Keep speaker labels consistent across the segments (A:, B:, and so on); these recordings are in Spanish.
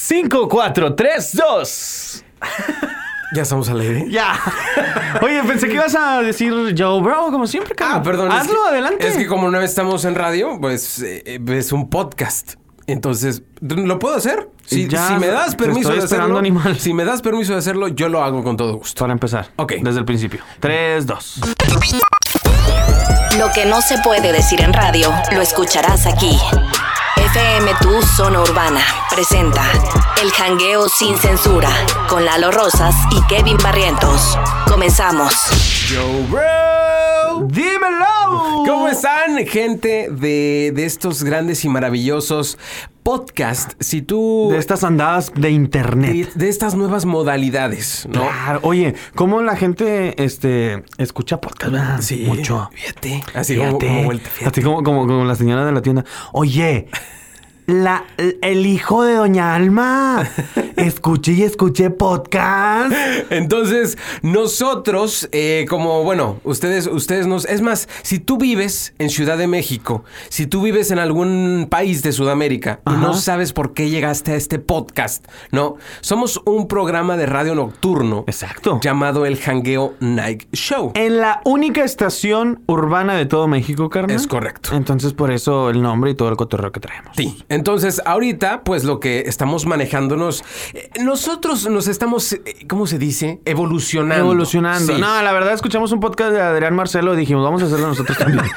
A: 5, 4, 3, 2.
B: Ya estamos al aire.
A: Ya. Oye, pensé que ibas a decir Joe Bro, como siempre, cabrón.
B: Ah, perdón. es
A: Hazlo
B: que-
A: adelante.
B: Es que como no estamos en radio, pues eh, eh, es un podcast. Entonces, ¿lo puedo hacer? Si,
A: Ya,
B: si me das
A: te
B: permiso
A: estoy
B: de
A: esperando,
B: hacerlo.
A: animal.
B: Si me das permiso de hacerlo, yo lo hago con todo gusto.
A: Para empezar.
B: Ok.
A: Desde el principio. 3, 2.
C: Lo que no se puede decir en radio, lo escucharás aquí. FM Tu Zona Urbana presenta El Jangueo Sin Censura con Lalo Rosas y Kevin Barrientos. Comenzamos.
B: Yo, bro.
A: ¡Dímelo!
B: ¿Cómo están, gente de, de estos grandes y maravillosos podcasts? Si tú.
D: De estas andadas de
B: de,
D: internet.
B: de estas nuevas modalidades, ¿no?
D: Claro. Oye, ¿cómo la gente este, escucha podcast? verdad? Mucho.
B: Fíjate. Así como,
D: Fíjate.
B: como vuelta.
D: Así como, como, como la señora de la tienda. Oye, la, el hijo de Doña Alma. Escuché y escuché podcast.
B: Entonces, nosotros, eh, como bueno, ustedes, ustedes nos. Es más, si tú vives en Ciudad de México, si tú vives en algún país de Sudamérica y no sabes por qué llegaste a este podcast, ¿no? Somos un programa de radio nocturno
D: Exacto. Eh.
B: llamado el Hangueo Night Show.
D: En la única estación urbana de todo México, carnal.
B: Es correcto.
D: Entonces, por eso el nombre y todo el cotorreo que traemos.
B: Sí. Entonces, ahorita, pues lo que estamos manejándonos, eh, nosotros nos estamos, eh, ¿cómo se dice? Evolucionando.
D: Evolucionando.
B: Sí.
D: No, la verdad, escuchamos un podcast de Adrián Marcelo y dijimos, vamos a hacerlo nosotros también.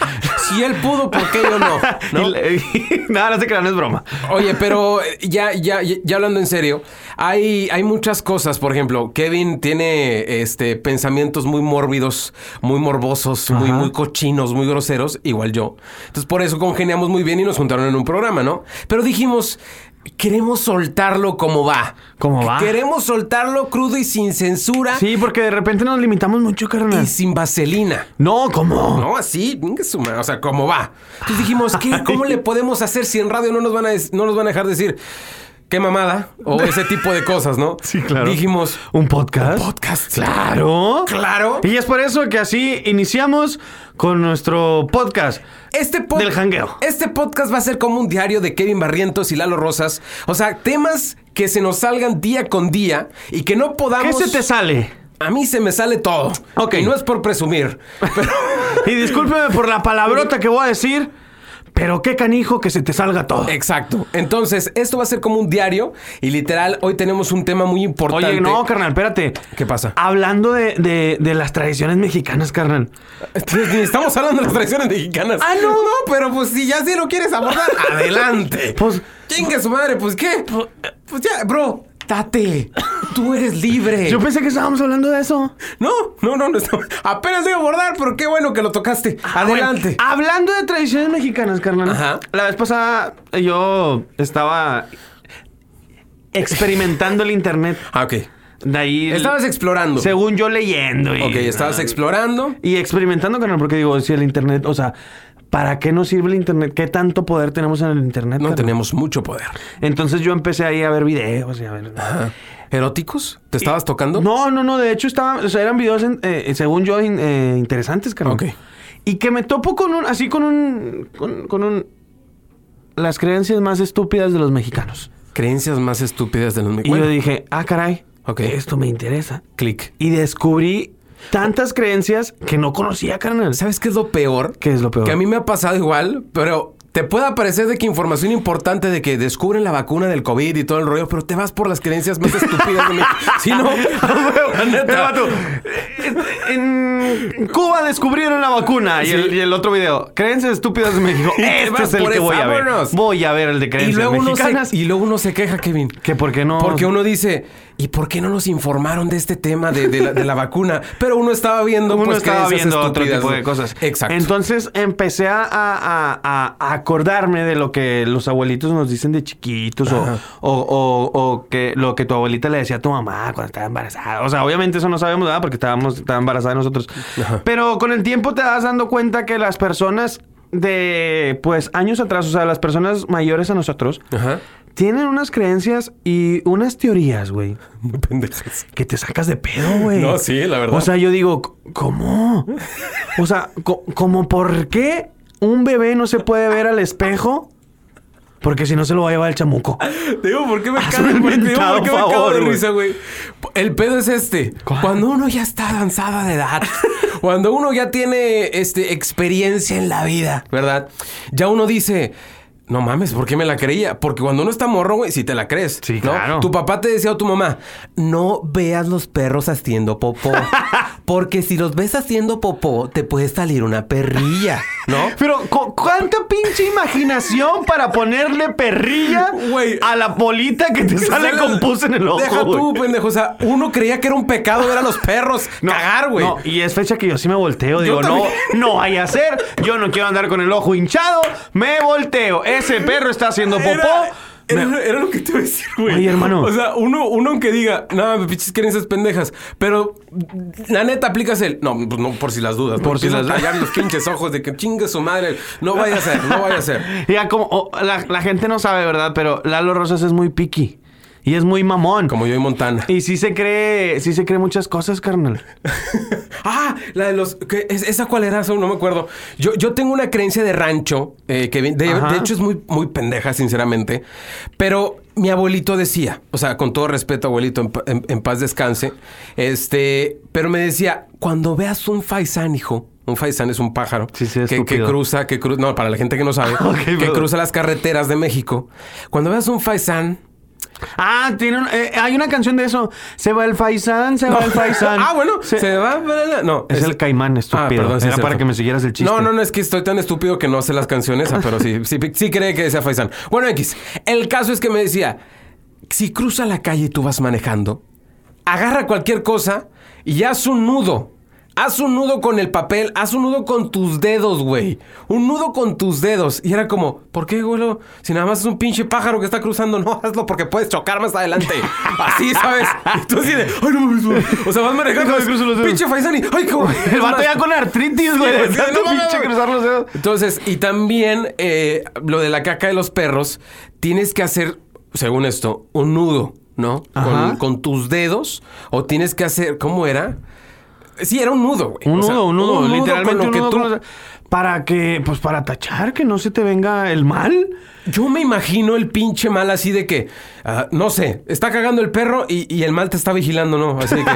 B: Si él pudo, ¿por qué yo no? ¿No?
D: Y le- no, no se crean, es broma.
B: Oye, pero eh, ya, ya, ya- ya hablando en serio, hay, hay muchas cosas. Por ejemplo, Kevin tiene este, pensamientos muy mórbidos, muy morbosos, muy,
D: Ajá.
B: muy cochinos, muy groseros, igual yo. Entonces, por eso congeniamos muy bien y nos juntaron en un programa, ¿no? Pero dijimos, queremos soltarlo como va.
D: Como va.
B: Queremos soltarlo crudo y sin censura
D: Sí, porque de repente nos limitamos mucho, carnal.
B: y sin vaselina.
D: No, ¿cómo?
B: No, así, venga su madre, o sea, ¿cómo va? Entonces dijimos, ¿qué, ¿cómo le podemos hacer si en radio no nos van a, des- no nos van a dejar decir qué mamada o ese tipo de cosas, ¿no?
D: Sí, claro.
B: Dijimos,
D: ¿Un podcast?
B: podcast,
D: Claro.
B: Claro.
D: Y es por eso que así iniciamos con nuestro podcast.
B: Este pod-
D: Del jangueo.
B: Este podcast va a ser como un diario de Kevin Barrientos y Lalo Rosas. O sea, temas que se nos salgan día con día y que no
D: ¿Qué
B: podamos.
D: se te sale?
B: A mí se me sale todo.
D: Ok.
B: Y no es por presumir. Pero.
D: Y discúlpeme por la palabrota que voy a decir, pero qué canijo que se te salga todo.
B: Exacto. Entonces, esto va a ser como un diario y literal, hoy tenemos un tema muy importante.
D: Oye, no, carnal, espérate.
B: ¿Qué Ah, pasa?
D: Hablando de, de- de las tradiciones mexicanas, carnal.
B: pues, Ni estamos hablando de las tradiciones mexicanas.
D: Ah, no.
B: No, pero pues si ya sí lo quieres abordar, adelante.
D: Pues-
B: Chingue su madre, pues qué. Pues ya, bro, date. Tú eres libre.
D: Yo pensé que estábamos hablando de eso.
B: No, no, no, no. estamos- Apenas lo iba a abordar, pero qué bueno que lo tocaste. adelante.
D: Ah, Bueno, hablando de tradiciones mexicanas, carnal.
B: Ajá.
D: La vez pasada yo estaba experimentando el internet.
B: Ah, ok.
D: De ahí. el-
B: Estabas explorando.
D: Según yo leyendo. Y,
B: Ok, estabas explorando.
D: Ah, Y experimentando, carnal, porque digo, si el internet, o sea, ¿para qué nos sirve el internet? ¿Qué tanto poder tenemos en el internet?
B: No
D: carnal?
B: tenemos mucho poder.
D: Entonces yo empecé ahí a ver videos y a ver.
B: ¿Eróticos? ¿Te estabas tocando?
D: No, no, no. De hecho, estaba, o sea, eran videos, en- eh, según yo, in- eh, interesantes, carnal.
B: Ok.
D: Y que me topo con un, así con un, con, con un, las creencias más estúpidas de los mexicanos.
B: Creencias más estúpidas de los
D: Y
B: Bueno,
D: yo dije, ah, caray,
B: Ok.
D: esto me interesa.
B: clic.
D: Y descubrí tantas creencias que no conocía, carnal.
B: ¿Sabes qué es lo peor?
D: ¿Qué es lo peor?
B: Que a mí me ha pasado igual, pero te puede aparecer de que información importante de que descubren la vacuna del COVID y todo el rollo, pero te vas por las creencias más estúpidas de mí. Si no,
D: Ah,
B: la neta.
D: Pero, vato, en Cuba descubrieron la vacuna y,
B: Sí.
D: el, y el otro video. Creencias estúpidas de México.
B: Y te
D: Este
B: vas
D: es el
B: por
D: que
B: esa,
D: voy a ver.
B: vámonos.
D: Voy a ver el de
B: y
D: creencias
B: luego, uno
D: mexicanas.
B: se, y luego uno se queja, Kevin.
D: Que por qué no.
B: Porque uno dice, ¿y por qué no nos informaron de este tema de, de la, de la vacuna? Pero uno estaba viendo,
D: Uno
B: pues,
D: estaba
B: creencias
D: viendo otro
B: estúpidas,
D: tipo
B: ¿no?
D: de cosas.
B: Exacto.
D: Entonces empecé a, a- a- a acordarme de lo que los abuelitos nos dicen de chiquitos o, o- o- o que lo que tu abuelita le decía a tu mamá cuando estaba embarazada. O sea, obviamente eso no sabemos nada porque estábamos estaba embarazada nosotros. Pero con el tiempo te vas dando cuenta que las personas de pues años atrás, o sea, las personas mayores a nosotros,
B: Ajá.
D: tienen unas creencias y unas teorías, güey
B: Muy pendejas.
D: que te sacas de pedo, güey.
B: No, sí, la verdad.
D: O sea, yo digo, "C- ¿cómo? O sea, co- ¿cómo por qué un bebé no se puede ver al espejo? Porque si no se lo va a llevar el chamuco.
B: Te digo, ¿por qué me cago,
D: Hazme el
B: güey? Te digo,
D: mentado
B: ¿por qué me cago
D: favor,
B: de
D: güey.
B: risa, güey? El pedo es este. Cuando uno ya está avanzada de edad, cuando uno ya tiene este, experiencia en la vida, ¿verdad? Ya uno dice... No mames, ¿por qué me la creía? Porque cuando uno está morro, güey, si te la crees.
D: Sí,
B: ¿no?
D: claro.
B: Tu papá te decía o tu mamá, no veas los perros haciendo popó. porque si los ves haciendo popó, te puede salir una perrilla, ¿no?
D: Pero, ¿cu- ¿cuánta pinche imaginación para ponerle perrilla
B: Güey.
D: a la polita que te sale con pus en el ojo?
B: Deja
D: güey?
B: tú, pendejo. O sea, uno creía que era un pecado ver a los perros
D: No,
B: cagar, güey.
D: no, y es fecha que yo sí me volteo. Digo, no,
B: también.
D: no vaya a ser. Yo no quiero andar con el ojo hinchado. Me volteo. Ese perro está haciendo popó.
B: Era,
D: Me-
B: era- era lo que te iba a decir, güey.
D: Oye, hermano.
B: O sea, uno, uno aunque diga, nada, me pinches creencias pendejas. Pero la neta aplicas el. No, pues no, por si las dudas.
D: Por si
B: Empiezo
D: las-
B: a tallar los pinches ojos de que chingue su madre. No vaya a ser, no vaya a ser.
D: Ya como o- la, la gente no sabe, ¿verdad? Pero Lalo Rosas es muy picky. Y es muy mamón.
B: Como yo y Montana.
D: Y sí se cree, sí se cree muchas cosas, carnal.
B: Ah, la de los. ¿qué? Es- ¿Esa cuál era? Eso no me acuerdo. Yo, yo tengo una creencia de rancho, eh, que vi- de,
D: Ajá.
B: de hecho es muy, muy pendeja, sinceramente. Pero mi abuelito decía, o sea, con todo respeto, abuelito, en, pa- en- en paz descanse. Este, pero me decía: cuando veas un faisán, hijo. Un faisán es un pájaro
D: Sí, sí,
B: que, que
D: estúpido.
B: cruza, que cruza, no, para la gente que no sabe,
D: Ok,
B: que
D: pero-
B: cruza las carreteras de México. Cuando veas un faisán,
D: Ah, tiene un- eh, hay una canción de eso. Se va el faisán, se va el faisán.
B: Ah, bueno, se,
D: Se-
B: va. bla, bla, bla. No, Ah,
D: Es el caimán, estúpido.
B: sí,
D: Era
B: se
D: para
B: fue.
D: que me siguieras el chiste.
B: No, no, no, es que estoy tan estúpido que no sé las canciones, ah, pero sí, sí, sí cree que sea Faisán. Bueno, X. El caso es que me decía: si cruza la calle y tú vas manejando, agarra cualquier cosa y haz un nudo. Haz un nudo con el papel, haz un nudo con tus dedos, güey. Un nudo con tus dedos. Y era como, ¿por qué, güey? Si nada más es un pinche pájaro que está cruzando, no hazlo porque puedes chocar más adelante. Así, ¿sabes? Y tú así de, ay, no mames, güey. O sea, vas manejando.
D: Déjame cruzo los dedos.
B: Pinche Faisán y, ay, cabrón.
D: El vato ya con artritis, güey.
B: güey, sí,
D: tanto
B: no mames,
D: pinche
B: güey.
D: cruzar los dedos.
B: Entonces, y también eh, lo de la caca de los perros, tienes que hacer, según esto, un nudo, ¿no?
D: Ajá.
B: Con, con tus dedos, o tienes que hacer, ¿cómo era? Sí, era un nudo, güey.
D: Un
B: O
D: nudo,
B: sea,
D: un nudo, literalmente
B: con lo
D: un
B: que
D: nudo
B: tú-
D: con los- Para que, pues para tachar, que no se te venga el mal.
B: Yo me imagino el pinche mal así de que, ah, no sé, está cagando el perro y, y el mal te está vigilando, ¿no? Así de que,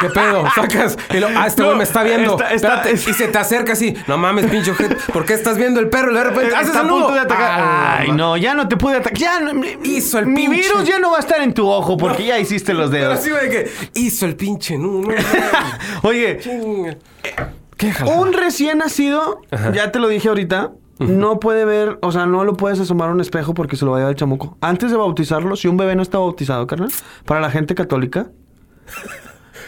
B: ¿qué pedo? Sacas. y lo- ah, este
D: No,
B: güey me está viendo.
D: está- está-
B: Espérate.
D: es-
B: Y se te acerca así, no mames, pinche ojete, ¿por qué estás viendo el perro? Y de repente, Pues, haces
D: Eh, Está a
B: el nudo.
D: punto de atacar.
B: Ah,
D: Ay, no, ya no te pude atacar. Ya no- mi-
B: Hizo el
D: Mi
B: pinche.
D: virus ya no va a estar en tu ojo porque ya hiciste los
B: Pero
D: dedos.
B: así güey, que hizo el pinche nudo.
D: Oye,
B: ¿Qué
D: un recién nacido, ya te lo dije ahorita, no puede ver, o sea, no lo puedes asomar a un espejo porque se lo va a llevar el chamuco. Antes de bautizarlo, si un bebé no está bautizado, carnal, para la gente católica,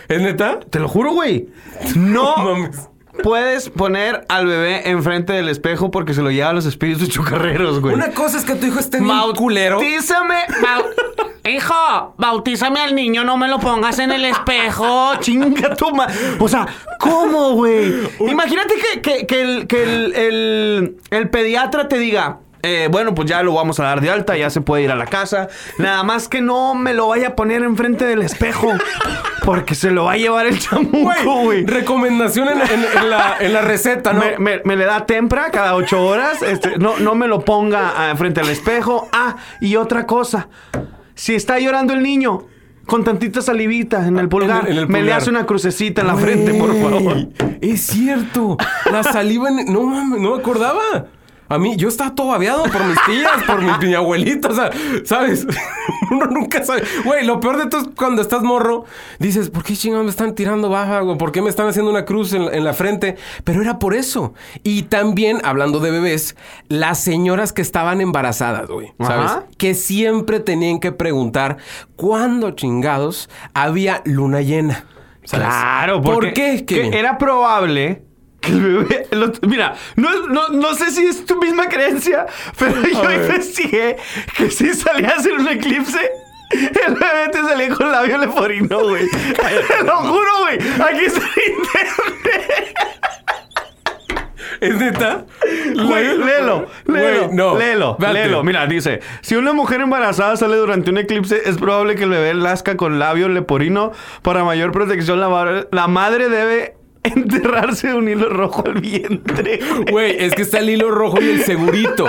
B: ¿Es neta?
D: Te lo juro, güey. No
B: mames.
D: puedes poner al bebé enfrente del espejo porque se lo lleva a los espíritus chucarreros, güey.
B: Una cosa es que tu hijo esté bien culero.
D: Bautízame. bau- Hijo, bautízame al niño, no me lo pongas en el espejo. Chinga tu ma- O sea, ¿cómo, güey? Imagínate que, que- que el, que el- el- el pediatra te diga. eh, bueno, pues ya lo vamos a dar de alta, ya se puede ir a la casa. Nada más que no me lo vaya a poner enfrente del espejo. Porque se lo va a llevar el chamuco, güey.
B: Recomendación en, en- en la, en la receta, ¿no?
D: Me, me- me le da tempra cada ocho horas. este, no, no me lo ponga ah, frente al espejo. Ah, y otra cosa. Si está llorando el niño, con tantita salivita en el pulgar,
B: Ah, en el
D: me le
B: pulgar.
D: hace una crucecita en la frente, por favor.
B: Güey, Es cierto. La saliva. en- No mames, no me acordaba. A mí, yo estaba todo babeado por mis tías, por mi, mi abuelita, o sea, ¿sabes? Uno nunca sabe. Güey, lo peor de todo es cuando estás morro, dices, ¿por qué chingados me están tirando baja? güey? ¿Por qué me están haciendo una cruz en, la- en la frente? Pero era por eso. Y también, hablando de bebés, las señoras que estaban embarazadas, güey, ¿sabes?
D: Ajá.
B: Que siempre tenían que preguntar cuándo chingados había luna llena. ¿sabes?
D: Claro, porque
B: ¿Por qué?
D: que
B: Kevin?
D: era probable que el bebé. lo- mira, no, no- no sé si es tu misma creencia, pero yo investigué que si salías en un eclipse. El bebé te salía con labio leporino, güey. Te lo juro, güey. Aquí está el internet.
B: ¿Es neta?
D: Güey, léelo, léelo,
B: Güey, no.
D: léelo,
B: Espérate.
D: léelo. Mira, dice, si una mujer embarazada sale durante un eclipse, es probable que el bebé lazca con labio leporino. Para mayor protección, la, mar- la madre debe enterrarse un hilo rojo al vientre.
B: Güey, es que está el hilo rojo y el segurito.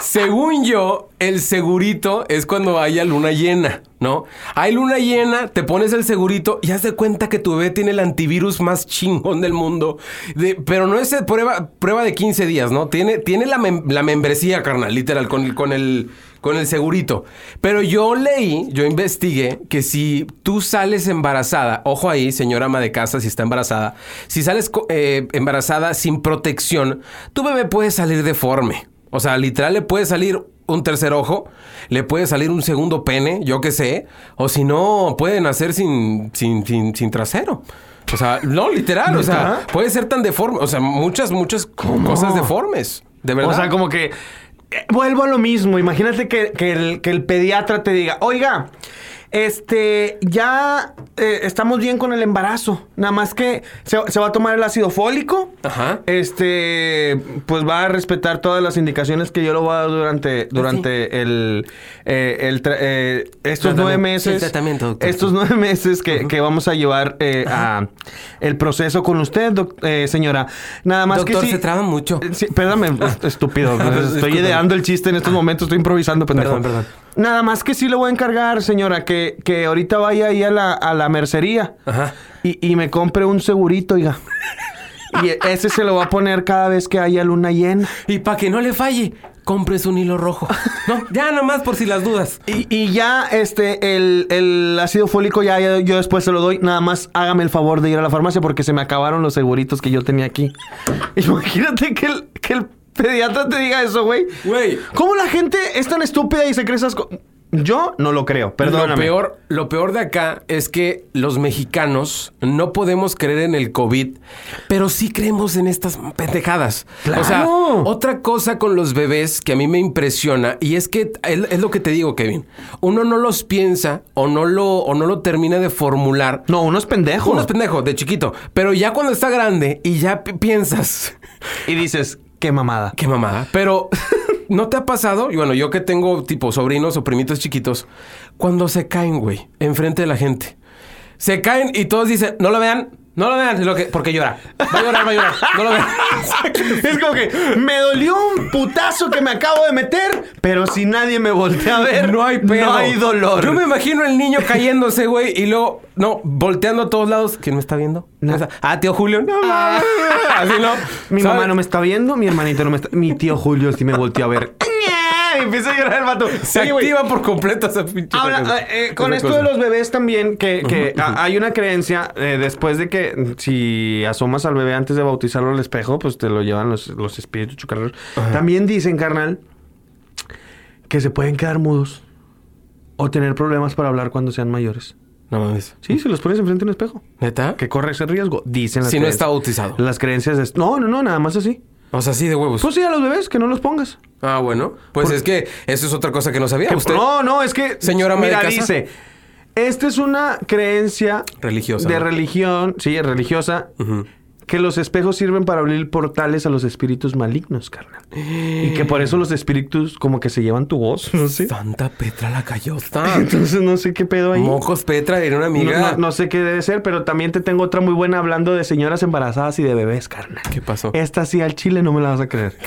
B: Según yo, el segurito es cuando haya luna llena, ¿no? Hay luna llena, te pones el segurito y haz de cuenta que tu bebé tiene el antivirus más chingón del mundo. De- pero no es de prueba, prueba de 15 días, ¿no? Tiene, tiene la, mem- la membresía, carnal, literal, con el, con el. Con el segurito. Pero yo leí, yo investigué que si tú sales embarazada, ojo ahí, señora ama de casa, si está embarazada, si sales co- eh, embarazada sin protección, tu bebé puede salir deforme. O sea, literal le puede salir un tercer ojo, le puede salir un segundo pene, yo qué sé, o si no, puede nacer sin, sin, sin, sin trasero. O sea, no, literal, o sea, puede ser tan deforme, o sea, muchas, muchas cosas deformes, de verdad.
D: O sea, como que eh, vuelvo a lo mismo. Imagínate que, que el, que el pediatra te diga, oiga, este, ya eh, estamos bien con el embarazo. Nada más que se, se va a tomar el ácido fólico.
B: Ajá.
D: Este, pues va a respetar todas las indicaciones que yo lo voy a dar
B: Ah,
D: durante, durante el, eh, el tra- eh, estos
B: Tratamiento.
D: nueve
B: Sí,
D: meses.
B: tratamiento, doctor.
D: Estos nueve meses que, que vamos a llevar eh, a el proceso con usted, doc- eh, señora. Nada más que
B: Doctor,
D: sí-
B: se traba mucho.
D: Sí, perdóname, est- estúpido. Ah. Estoy
B: Discúlpame.
D: ideando el chiste en estos momentos, estoy improvisando, pendejo.
B: Perdón, perdón.
D: Nada más que sí le voy a encargar, señora, que, que ahorita vaya ahí a la, a la mercería
B: Ajá.
D: y, y me compre un segurito, oiga. Y e- ese se lo va a poner cada vez que haya luna llena.
B: Y para que no le falle, compres un hilo rojo. No, ya nomás por si las dudas.
D: Y, y ya, este, el, el ácido fólico ya, ya yo después se lo doy. Nada más hágame el favor de ir a la farmacia porque se me acabaron los seguritos que yo tenía aquí. Imagínate que el, que el pediatra te diga eso, güey.
B: Güey.
D: ¿Cómo la gente es tan estúpida y se cree esas cosas? Yo no lo creo, perdóname.
B: Lo peor, lo peor de acá es que los mexicanos no podemos creer en el COVID, pero sí creemos en estas pendejadas. O sea,
D: ¡Claro!
B: otra cosa con los bebés que a mí me impresiona, y es que es, es lo que te digo, Kevin. Uno no los piensa o no lo, o no lo termina de formular.
D: No, uno es pendejo.
B: Uno es pendejo de chiquito, pero ya cuando está grande y ya pi- piensas,
D: y dices, qué mamada.
B: Qué mamada. Pero, ¿no te ha pasado? Y bueno, yo que tengo tipo sobrinos o primitos chiquitos, cuando se caen, güey, enfrente de la gente. Se caen y todos dicen, no lo vean, no lo vean, lo que, porque llora. Va a llorar, va a llorar, no lo vean.
D: Es como que me dolió un putazo que me acabo de meter, pero si nadie me voltea a ver,
B: no hay pedo.
D: no hay dolor.
B: Yo me imagino el niño cayéndose, güey, y luego, no, volteando a todos lados. ¿Quién me está viendo?
D: No.
B: O sea, ah, tío Julio, no mames. Así no.
D: Mi
B: ¿sabes?
D: mamá no me está viendo, mi hermanito no me está. Mi tío Julio sí me volteó a ver. Y empieza a llorar el vato.
B: Se
D: Oye, güey,
B: activa por completo esa pinche. cosa.
D: Habla, eh, eh, con esto
B: Esa cosa.
D: de los bebés también, que, que a- hay una creencia, eh, después de que mm, si asomas al bebé antes de bautizarlo al espejo, pues te lo llevan los, los espíritus chocarreros. También dicen, carnal, que se pueden quedar mudos o tener problemas para hablar cuando sean mayores.
B: No mames.
D: Sí, se los pones enfrente de un espejo.
B: ¿Neta?
D: Que corre ese riesgo, dicen las
B: Si no está
D: creencias.
B: bautizado.
D: Las creencias es... No, no, no, nada más así.
B: O sea, sí, de huevos.
D: Pues sí, a los bebés, que no los pongas.
B: Ah, bueno. Pues es que eso es otra cosa que no sabía.
D: Que-
B: Usted
D: No, no, es que.
B: Señora ama de
D: Mira,
B: casa.
D: dice. Esta es una creencia.
B: Religiosa,
D: De
B: ¿no? Mm.
D: religión. Sí, religiosa. Que los espejos sirven para abrir portales a los espíritus malignos, carnal. Y que por eso los espíritus como que se llevan tu voz. No sé.
B: Santa Petra la cayota.
D: Entonces no sé qué pedo ahí.
B: Mocos Petra era una
D: No,
B: amiga.
D: no- no sé qué debe ser, pero también te tengo otra muy buena hablando de señoras embarazadas y de bebés, carnal.
B: ¿Qué pasó?
D: Esta sí al chile no me la vas a creer.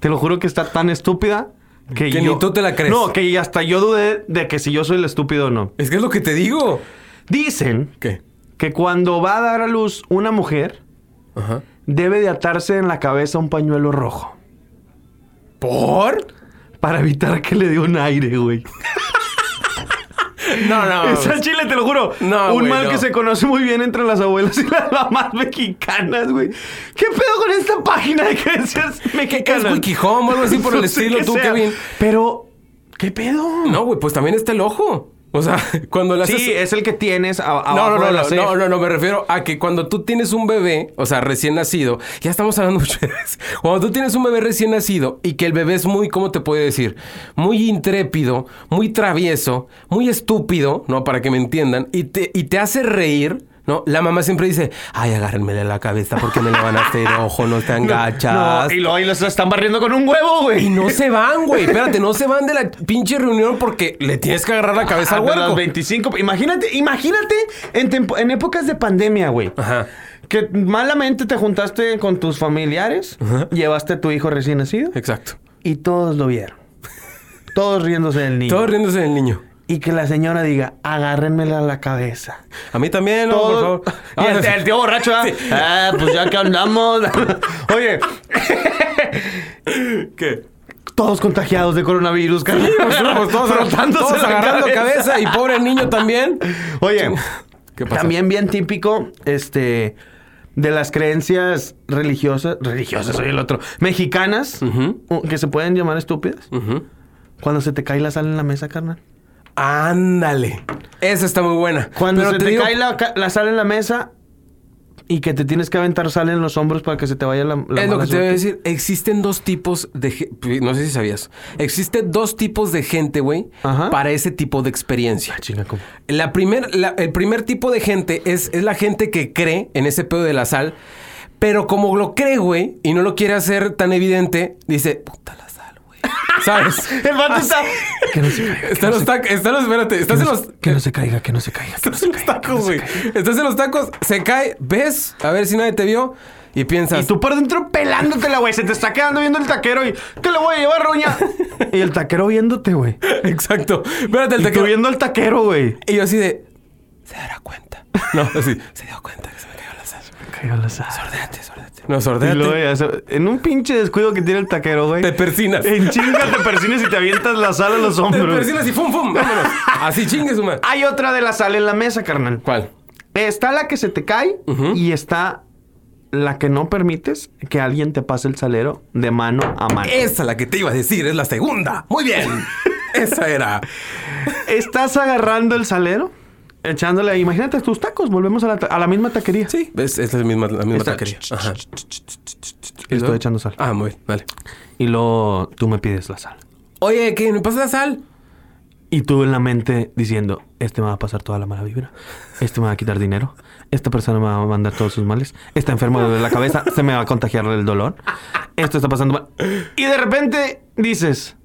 D: Te lo juro que está tan estúpida que,
B: Que
D: yo-
B: ni tú te la crees.
D: No, que hasta yo dudé de que si yo soy el estúpido o no.
B: Es que es lo que te digo.
D: Dicen
B: ¿Qué?
D: que cuando va a dar a luz una mujer,
B: Ajá.
D: debe de atarse en la cabeza un pañuelo rojo
B: ¿Por?
D: para evitar que le dé un aire, güey.
B: No, no.
D: Es al chile, te lo juro.
B: No,
D: un
B: güey,
D: mal
B: no.
D: que se conoce muy bien entre las abuelas y las mamás mexicanas, güey. ¿Qué pedo con esta página de creencias mexicanas?
B: es Wikihome o algo así por el
D: No sé
B: estilo,
D: qué
B: tú,
D: sea.
B: Kevin?
D: Pero, ¿qué pedo?
B: No, güey, pues también está el ojo. O sea, cuando le haces.
D: sí, es el que tienes a- ¿eh?
B: No,
D: abajo
B: no, no,
D: de la
B: no,
D: ceja.
B: no, no, no, me refiero a que cuando tú tienes un bebé, o sea, recién nacido, ya estamos hablando muchas veces, cuando tú tienes un bebé recién nacido y que el bebé es muy, ¿cómo te puedo decir? Muy intrépido, muy travieso, muy estúpido, ¿no? Para que me entiendan, y te, y te hace reír. ¿No? La mamá siempre dice, ay, agárrenme de la cabeza porque me la van a hacer ojo, no están gachas.
D: No, y lo, y los están barriendo con un huevo, güey.
B: Y no se van, güey. Espérate, no se van de la pinche reunión porque le tienes que agarrar la cabeza al
D: Ah, de las
B: huerco.
D: 25. Imagínate, imagínate en, tempo- en épocas de pandemia, güey.
B: Ajá.
D: que malamente te juntaste con tus familiares, llevaste a tu hijo recién nacido
B: Exacto.
D: y todos lo vieron. Todos riéndose del niño.
B: Todos riéndose del niño.
D: Y que la señora diga, agárrenmela la cabeza.
B: A mí también, no, por
D: Todo-
B: favor.
D: Y
B: Ah,
D: el, el tío borracho, ¿ah? Ah, pues ya que andamos. Oye,
B: ¿Qué?
D: todos contagiados de coronavirus, carnal.
B: Pues todos,
D: Frotándose
B: todos
D: la
B: agarrando cabeza. y pobre niño también.
D: Oye,
B: ¿Qué pasa?
D: también bien típico, este, de las creencias religiosas, religiosas, soy el otro, mexicanas,
B: Ujú.
D: o- que se pueden llamar estúpidas,
B: Ujú.
D: cuando se te cae la sal en la mesa, carnal.
B: Ándale. Esa está muy buena.
D: Cuando
B: Pero
D: se te,
B: digo-
D: cae la, ca- la sal en la mesa y que te tienes que aventar sal en los hombros para que se te vaya la, la
B: es lo
D: mala
B: que te voy a
D: suerte.
B: decir. Existen dos tipos de... ge- No sé si sabías. Existen dos tipos de gente, güey,
D: Ajá.
B: para ese tipo de experiencia.
D: Ah, Chinga, ¿cómo?
B: La primer, la- el primer tipo de gente es, es la gente que cree en ese pedo de la sal, pero como lo cree, güey, y no lo quiere hacer tan evidente, dice, puta la sal, güey. ¿Sabes?
D: El vato está... Ah, Que no se caiga.
B: Está en los tacos, está en los, espérate, estás en los...
D: Que no se caiga, que no se caiga.
B: Estás en los tacos, güey. Estás en los tacos, se cae, ves, a ver si nadie te vio y piensas...
D: Y tú por dentro pelándotela, güey. Se te está quedando viendo el taquero y... ¡Que le voy a llevar, roña! y el taquero viéndote, güey.
B: Exacto. Espérate, el
D: Y tú
B: taquero...
D: viendo al taquero, güey.
B: Y yo así de... Se dará cuenta. No, así. Se dio cuenta que se me cayó la sal.
D: Cayó la sal.
B: Sordéate, sordéate. No,
D: Y
B: sordéate.
D: luego, ya se- en un pinche descuido que tiene el taquero, güey.
B: Te persinas.
D: En chinga te persines y te avientas la sal a los
B: Te
D: hombros.
B: persinas y fum, fum, vámonos. Así chingue su madre.
D: Hay otra de la sal en la mesa, carnal.
B: ¿Cuál?
D: Está la que se te cae
B: Ujú.
D: y está la que no permites que alguien te pase el salero de mano a mano.
B: Esa la que te iba a decir, es la segunda. Muy bien. Esa era.
D: Estás agarrando el salero, echándole... Imagínate tus tacos, volvemos a la, ta- a la misma taquería.
B: Sí, ves, esta es la misma, la misma
D: Esta-
B: taquería. Ajá.
D: Le estoy echando sal.
B: Ah, muy bien, vale.
D: Y luego tú me pides la sal.
B: Oye, ¿qué? ¿Me pasa la sal?
D: Y tú en la mente diciendo, este me va a pasar toda la mala vibra, este me va a quitar dinero, esta persona me va a mandar todos sus males, está enfermo de la cabeza, se me va a contagiar el dolor, esto está pasando mal. Y de repente dices,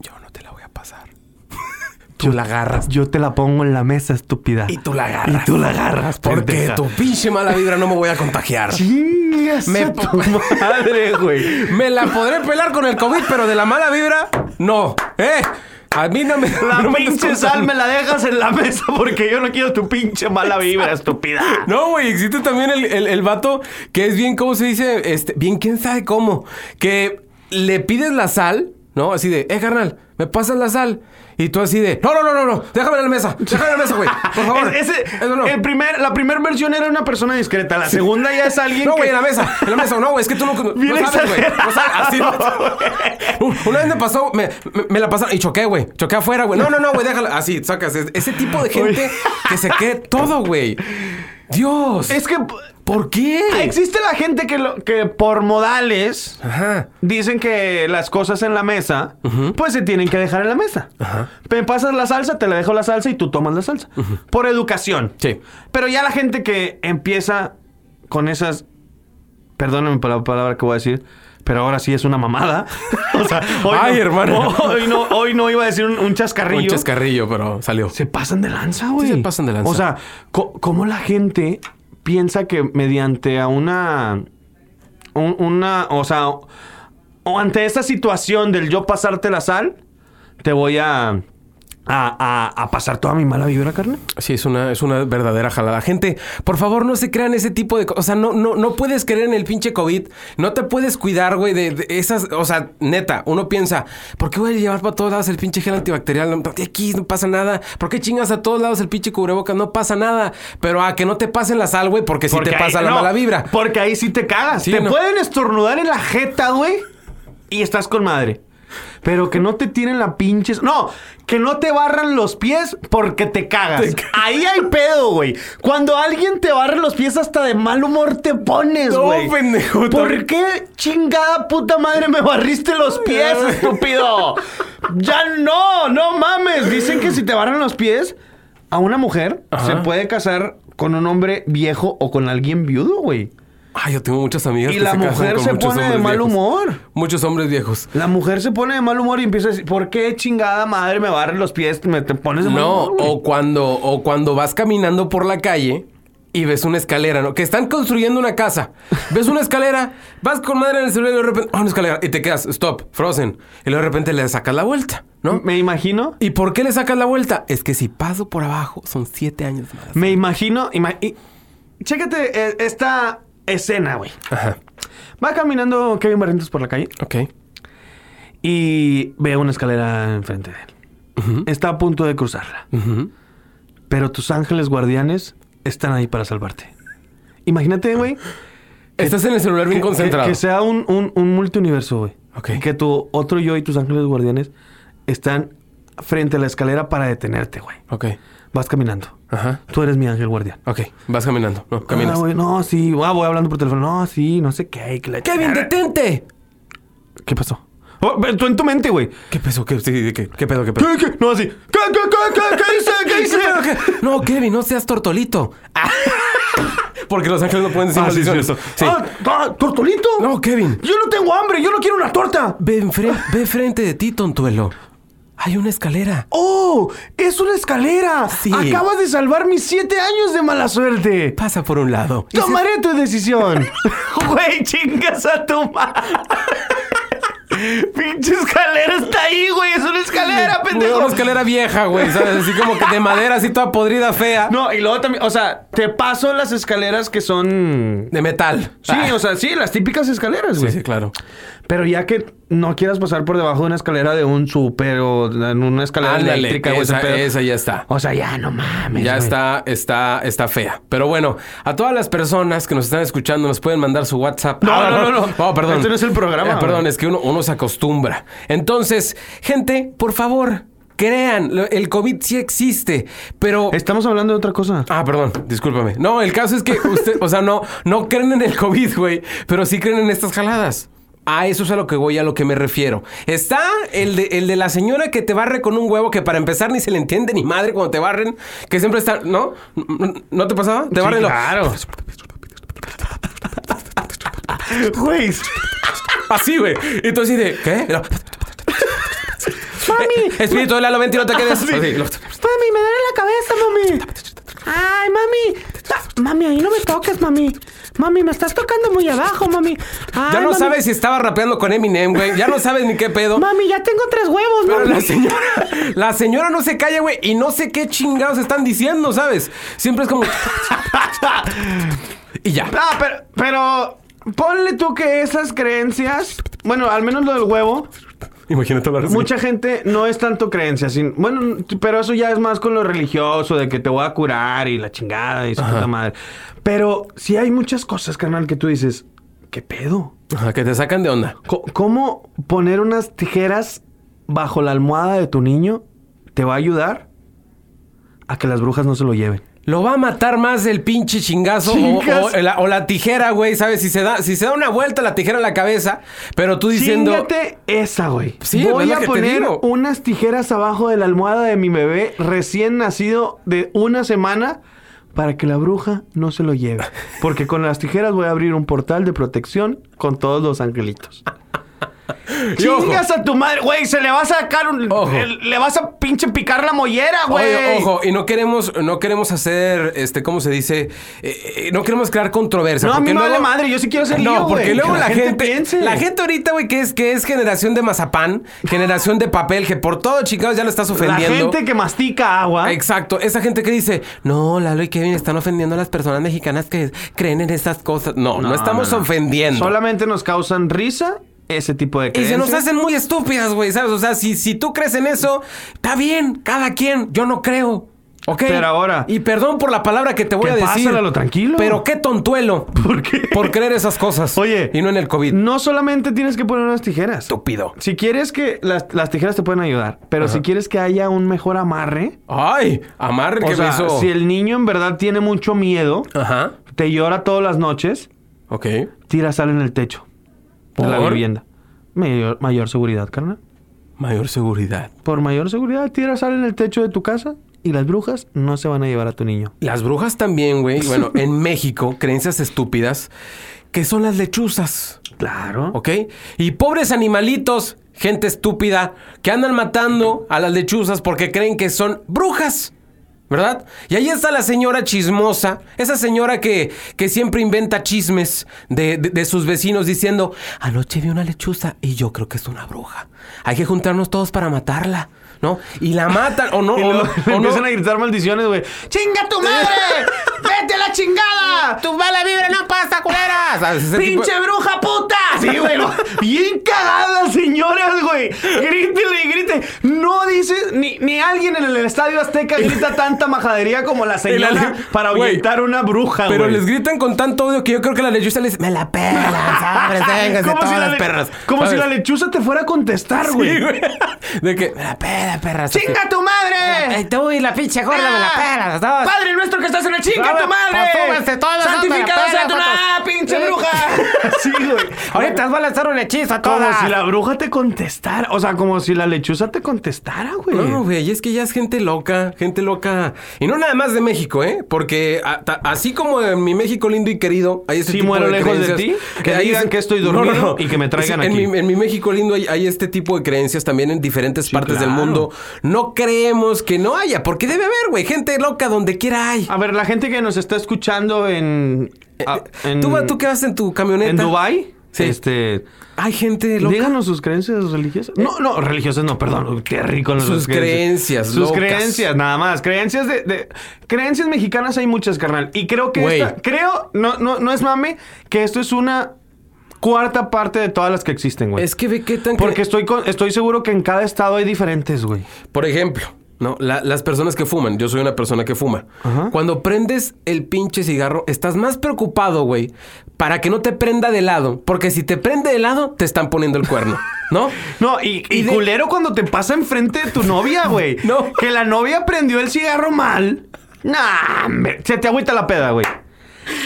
B: Yo no te la voy a pasar. Tú la agarras.
D: yo te la pongo en la mesa, estúpida.
B: Y tú la agarras.
D: Y tú la agarras,
B: Porque
D: pendeja.
B: tu pinche mala vibra no me voy a contagiar.
D: Chingas
B: Me
D: a
B: po-
D: tu madre, güey.
B: Me la podré pelar con el COVID, pero de la mala vibra, no. ¿Eh? A mí no me...
D: La
B: no me andes
D: pinche
B: contando.
D: sal me la dejas en la mesa porque yo no quiero tu pinche mala vibra, estúpida.
B: No, güey, existe también el, el- el vato que es bien, ¿cómo se dice? Este, bien, quién sabe cómo. Que le pides la sal, ¿no? Así de, eh, carnal, me pasas la sal. Y tú así de, no, no, no, no, no, déjame en la mesa, déjame en la mesa, güey, por favor.
D: Es- ese-
B: Eso no.
D: el primer, la primera versión era una persona discreta. La segunda ya es alguien
B: No,
D: que...
B: güey, en la mesa, en la mesa, no, güey, es que tú no, no
D: Bien
B: sabes, güey. No sabes, así no.
D: exagerado,
B: Una vez me pasó, me, me- me la pasaron y choqué, güey, choqué afuera, güey. No, no, no, güey, déjala, así, sacas. Es- Ese tipo de gente que se cree todo, güey. Dios.
D: Es que...
B: ¿Por qué?
D: Existe la gente que, lo- que por modales
B: Ajá.
D: dicen que las cosas en la mesa, pues se tienen que dejar en la mesa. Me pasas la salsa, te la dejo la salsa y tú tomas la salsa. Por educación.
B: Sí.
D: Pero ya la gente que empieza con esas... Perdóname por la palabra que voy a decir, pero ahora sí es una mamada. o sea,
B: Ay,
D: no-
B: hermano.
D: Hoy no, hoy no iba a decir un, un chascarrillo.
B: Un chascarrillo, pero salió.
D: Se pasan de lanza, güey.
B: Sí, se pasan de lanza.
D: O sea, co- ¿cómo la gente piensa que mediante a una. un- una. O sea, o, o ante esta situación del yo pasarte la sal, te voy a. a, a- a pasar toda mi mala vibra, carne?
B: Sí, es una, es una verdadera jalada. Gente, por favor, no se crean ese tipo de cosas. O sea, no, no, no puedes creer en el pinche COVID. No te puedes cuidar, güey, de, de esas. O sea, neta, uno piensa, ¿por qué voy a llevar para todos lados el pinche gel antibacterial? No, Aquí no pasa nada. ¿Por qué chingas a todos lados el pinche cubrebocas? No pasa nada. Pero a que no te pasen la sal, güey, porque si te
D: ahí-
B: pasa la
D: no, pues,
B: mala vibra.
D: Porque ahí sí te cagas.
B: Sí,
D: te
B: no.
D: pueden estornudar en la jeta, güey. Y estás con madre. Pero que no te tiren la pinches. No, que no te barran los pies porque te cagas.
B: Te ca-
D: Ahí hay pedo, güey. Cuando alguien te barre los pies, hasta de mal humor te pones,
B: No,
D: güey.
B: pendejo,
D: ¿Por
B: también-
D: qué chingada puta madre me barriste los pies, estúpido? ya no, no mames. Dicen que si te barran los pies, a una mujer se puede casar con un hombre viejo o con alguien viudo, güey.
B: Ay, yo tengo muchas amigas
D: Y
B: que
D: la
B: se casan
D: mujer
B: con
D: se
B: muchos
D: pone de
B: hombres
D: mal
B: viejos.
D: humor.
B: Muchos hombres viejos.
D: La mujer se pone de mal humor y empieza a decir, ¿por qué chingada madre me barren los pies? Me te pones de mal
B: No,
D: humor. güey?"
B: o cuando, o cuando vas caminando por la calle y ves una escalera, ¿no? Que están construyendo una casa. Ves una escalera, vas con madre en el celular y de repente, ah, una escalera, y te quedas, stop, frozen. Y luego de repente le sacas la vuelta, ¿no?
D: Me imagino,
B: ¿Y por qué le sacas la vuelta? Es que si paso por abajo, son siete años más.
D: me imagino. ima- y- Chécate eh, esta escena, güey.
B: Ajá.
D: Va caminando Kevin Barrientos por la calle
B: Ok.
D: y ve una escalera enfrente de él. Está a punto de cruzarla,
B: Ujú.
D: pero tus ángeles guardianes están ahí para salvarte. Imagínate, güey,
B: Estás en el celular bien
D: que-
B: concentrado.
D: Que, que sea un, un, un multiuniverso, güey.
B: Ok.
D: Que tu otro yo y tus ángeles guardianes están frente a la escalera para detenerte, güey.
B: Ok.
D: Vas caminando.
B: Ajá.
D: Tú eres mi ángel guardián.
B: Ok. Vas caminando. No, caminas.
D: Ah, güey, no, sí. Ah, voy hablando por teléfono. No, sí, no sé qué. que la-
B: ¡Kevin, detente!
D: ¿Qué pasó? Oh, ve- tú en tu mente, güey.
B: ¿Qué peso? ¿Qué, sí, qué- qué pedo? ¿Qué pedo?
D: ¿Qué, qué? No, así. ¿Qué, qué, qué, qué, qué hice? ¿Qué hice?
B: No, Kevin, no seas tortolito. Ah. Porque los ángeles no pueden decir
D: Ah, sí,
B: maldiciones.
D: sí.
B: Sí.
D: Ah, ah, ¿Tortolito?
B: No, Kevin.
D: Yo no tengo hambre. Yo no quiero una torta.
B: Ve, enfren- ve frente de ti, tontuelo. Hay una escalera.
D: ¡Oh! ¡Es una escalera!
B: Sí.
D: Acabas de salvar mis siete años de mala suerte.
B: Pasa por un lado. Y se-
D: Tomaré tu decisión. Güey, chingas a tu madre. Pinche escalera está ahí, güey. Es una escalera, pendejo.
B: Una escalera vieja, güey, ¿sabes? Así como que de madera, así toda podrida, fea.
D: No, y luego también, o sea, te paso las escaleras que son.
B: De metal.
D: Sí,
B: Ah.
D: o sea, sí, las típicas escaleras,
B: Sí,
D: güey.
B: sí, claro.
D: Pero ya que no quieras pasar por debajo de una escalera de un súper o en una escalera
B: Ándale,
D: eléctrica, güey, ese
B: esa-
D: pedo.
B: esa ya está.
D: O sea, ya no mames.
B: Ya
D: güey.
B: está, está, está fea. Pero bueno, a todas las personas que nos están escuchando, nos pueden mandar su WhatsApp.
D: No,
B: Ah,
D: no, no, no.
B: Oh, perdón. Eh,
D: Este no es el programa, güey.
B: perdón, es que uno, uno se acostumbra. Entonces, gente, por favor, crean, lo- el COVID sí existe, pero.
D: Estamos hablando de otra cosa.
B: Ah, perdón, discúlpame. No, el caso es que usted, o sea, no, no creen en el COVID, güey, pero sí creen en estas jaladas. A eso es a lo que voy, a lo que me refiero. Está el de, el de la señora que te barre con un huevo que para empezar ni se le entiende ni madre cuando te barren, que siempre está, ¿no? ¿No te pasaba?
D: Sí,
B: Te barren lo-
D: claro. Güey.
B: así, güey. Y tú así de, ¿qué? Era-
D: Mami. Ah,
B: Espíritu del halo, ven, y no te quedes.
D: Sí.
B: Así, lo-
D: Mami, me duele la cabeza, mami. Ay, mami. Ta- Mami, ahí no me toques, mami. Mami, me estás tocando muy abajo, mami. Ay,
B: ya no
D: mami.
B: sabes si estaba rapeando con Eminem, güey. Ya no sabes ni qué pedo.
D: Mami, ya tengo tres huevos,
B: Pero
D: mami.
B: la señora, la señora no se calla, güey, y no sé qué chingados están diciendo, ¿sabes? Siempre es como. y ya.
D: Ah, pero, pero ponle tú que esas creencias, bueno, al menos lo del huevo,
B: Imagínate hablar así.
D: mucha gente no es tanto creencias, sin- bueno, pero eso ya es más con lo religioso, de que te voy a curar y la chingada y su puta madre. Pero sí hay muchas cosas, carnal, que tú dices, ¿qué pedo?
B: Ajá, que te sacan de onda.
D: Co- ¿Cómo poner unas tijeras bajo la almohada de tu niño te va a ayudar a que las brujas no se lo lleven?
B: Lo va a matar más el pinche chingazo o-
D: Chingas.
B: o, la, o la tijera, güey, ¿sabes? Si se, da, si se da una vuelta la tijera en la cabeza, pero tú diciendo.
D: Chíngate esa, güey.
B: Sí, es
D: Voy
B: lo
D: a
B: que te
D: poner
B: digo.
D: unas tijeras abajo de la almohada de mi bebé recién nacido de una semana para que la bruja no se lo lleve. Porque con las tijeras voy a abrir un portal de protección con todos los angelitos.
B: Y ojo.
D: Chingas a tu madre, güey, se le va a sacar un...
B: Ojo.
D: el- le vas a pinche picar la mollera, güey.
B: Oye, ojo, y no queremos, no queremos hacer, este, ¿cómo se dice? Eh, eh, no queremos crear controversia.
D: No, a
B: porque
D: mí me vale
B: luego-
D: madre, yo sí quiero hacer lío,
B: No, porque
D: güey,
B: luego
D: que
B: la,
D: la
B: gente,
D: gente piense.
B: la gente ahorita, güey, que es, que es generación de mazapán, generación de papel, que por todo chingados ya lo estás
D: La
B: ofendiendo.
D: gente que ¿Ah? mastica agua.
B: Exacto, esa gente que dice, no, Lalo y Kevin están ofendiendo a las personas mexicanas que creen en estas cosas. No, no, estamos
D: no, no.
B: ofendiendo.
D: Solamente nos causan risa ese tipo de
B: Y se
D: creencias.
B: nos hacen muy estúpidas, güey, ¿sabes? O sea, si, si tú crees en eso, está bien, cada quien, yo no creo. ¿Ok?
D: Pero ahora-
B: Y perdón por la palabra que te voy
D: Que
B: a decir.
D: pásalo, tranquilo.
B: Pero qué tontuelo.
D: ¿Por qué?
B: Por creer esas cosas.
D: Oye.
B: Y no en el COVID.
D: No solamente tienes que poner unas tijeras.
B: Estúpido.
D: Si quieres que las, las tijeras te pueden ayudar, pero si quieres que haya un mejor amarre,
B: Ay, amarre
D: o
B: que
D: sea,
B: me hizo.
D: si el niño en verdad tiene mucho miedo,
B: Ajá.
D: te llora todas las noches,
B: Ok.
D: tira sal en el techo de la
B: ¿Por?
D: vivienda. Mayor, mayor seguridad, carnal.
B: Mayor seguridad.
D: Por mayor seguridad, tira sal en el techo de tu casa y las brujas no se van a llevar a tu niño.
B: Las brujas también, güey. Bueno, en México, creencias estúpidas, que son las lechuzas.
D: Claro.
B: ¿Ok? Y pobres animalitos, gente estúpida, que andan matando a las lechuzas porque creen que son brujas. ¿Verdad? Y ahí está la señora chismosa, esa señora que, que siempre inventa chismes de, de- de sus vecinos diciendo, anoche vi una lechuza y yo creo que es una bruja. Hay que juntarnos todos para matarla, ¿no? Y la matan, o no,
D: Y
B: o
D: luego
B: no, o no.
D: empiezan a gritar maldiciones, güey. ¡Chinga tu madre! ¡Vete a la chingada!
B: ¡Tu mala vibra no pasa, culera! ¿Sabes? Ese tipo de-
D: ¡Pinche bruja puta! Sí, güey. lo- Bien cagadas, señoras, güey. Grítele y grite. No dices, ni, ni alguien en el estadio Azteca grita tanta majadería como la señora
B: la-
D: para
B: güey.
D: ahuyentar una bruja,
B: Pero
D: Ah, güey.
B: les gritan con tanto odio que yo creo que la lechuza les me la pelan, sabres, vénganse
D: Ah, Como
B: todas
D: si la
B: las
D: le-
B: perras.
D: Como si
B: ¿sabes?
D: la lechuza te fuera a contestar, güey.
B: Sí, güey. De que, me la pela, perras.
D: ¡Chinga tu madre!
B: Ay, tú y la pinche gorda me la pelas,
D: Ah,
B: todas.
D: Padre nuestro que estás en el chinga
B: Ahora,
D: tu madre.
B: pues, súbanse todas,
D: Santificado
B: hombre,
D: sea tu
B: perra,
D: ¡Ah, pinche
B: Eh.
D: bruja. Sí, güey.
B: Ahorita les voy a lanzar un hechizo a
D: Como
B: todas.
D: si la bruja te contestara. O sea, como si la lechuza te contestara, güey.
B: No, güey, es que ya es gente loca, gente loca. Y no nada más de México, ¿eh? Porque a- ta- así como en mi México lindo y querido, hay este
D: Sí
B: tipo
D: muero
B: de
D: lejos de
B: creencias.
D: ti, que
B: Eh, hay
D: digan
B: ese-
D: que estoy dormido y que me traigan
B: en
D: aquí.
B: Mi, en mi México lindo hay, hay este tipo de creencias también en diferentes partes del
D: claro.
B: mundo. No creemos que no haya, porque debe haber, güey, gente loca donde quiera hay.
D: A ver, la gente que nos está escuchando en. a- en
B: ¿Tú, va- tú qué vas en tu camioneta?
D: en Dubai.
B: Sí.
D: Este,
B: Hay gente loca. ¿Eh?
D: díganos sus creencias religiosas. No, no, religiosas no, perdón. Qué rico las
B: Sus creencias
D: Sus
B: locas.
D: creencias, nada más. Creencias de, de- Creencias mexicanas hay muchas, carnal. Y creo que
B: Güey.
D: esta- Creo, no, no, no es mame, que esto es una cuarta parte de todas las que existen, güey.
B: Es que ve qué tan...
D: Porque estoy, con- estoy seguro que en cada estado hay diferentes, güey.
B: Por ejemplo, ¿no? La- las personas que fuman, yo soy una persona que fuma.
D: Ajá.
B: Cuando prendes el pinche cigarro, estás más preocupado, güey, para que no te prenda de lado. Porque si te prende de lado, te están poniendo el cuerno, ¿no?
D: No, y, y
B: Y de-
D: culero cuando te pasa enfrente de tu novia, güey.
B: No.
D: Que la novia prendió el cigarro mal. Nah, hombre. Se te agüita la peda, güey.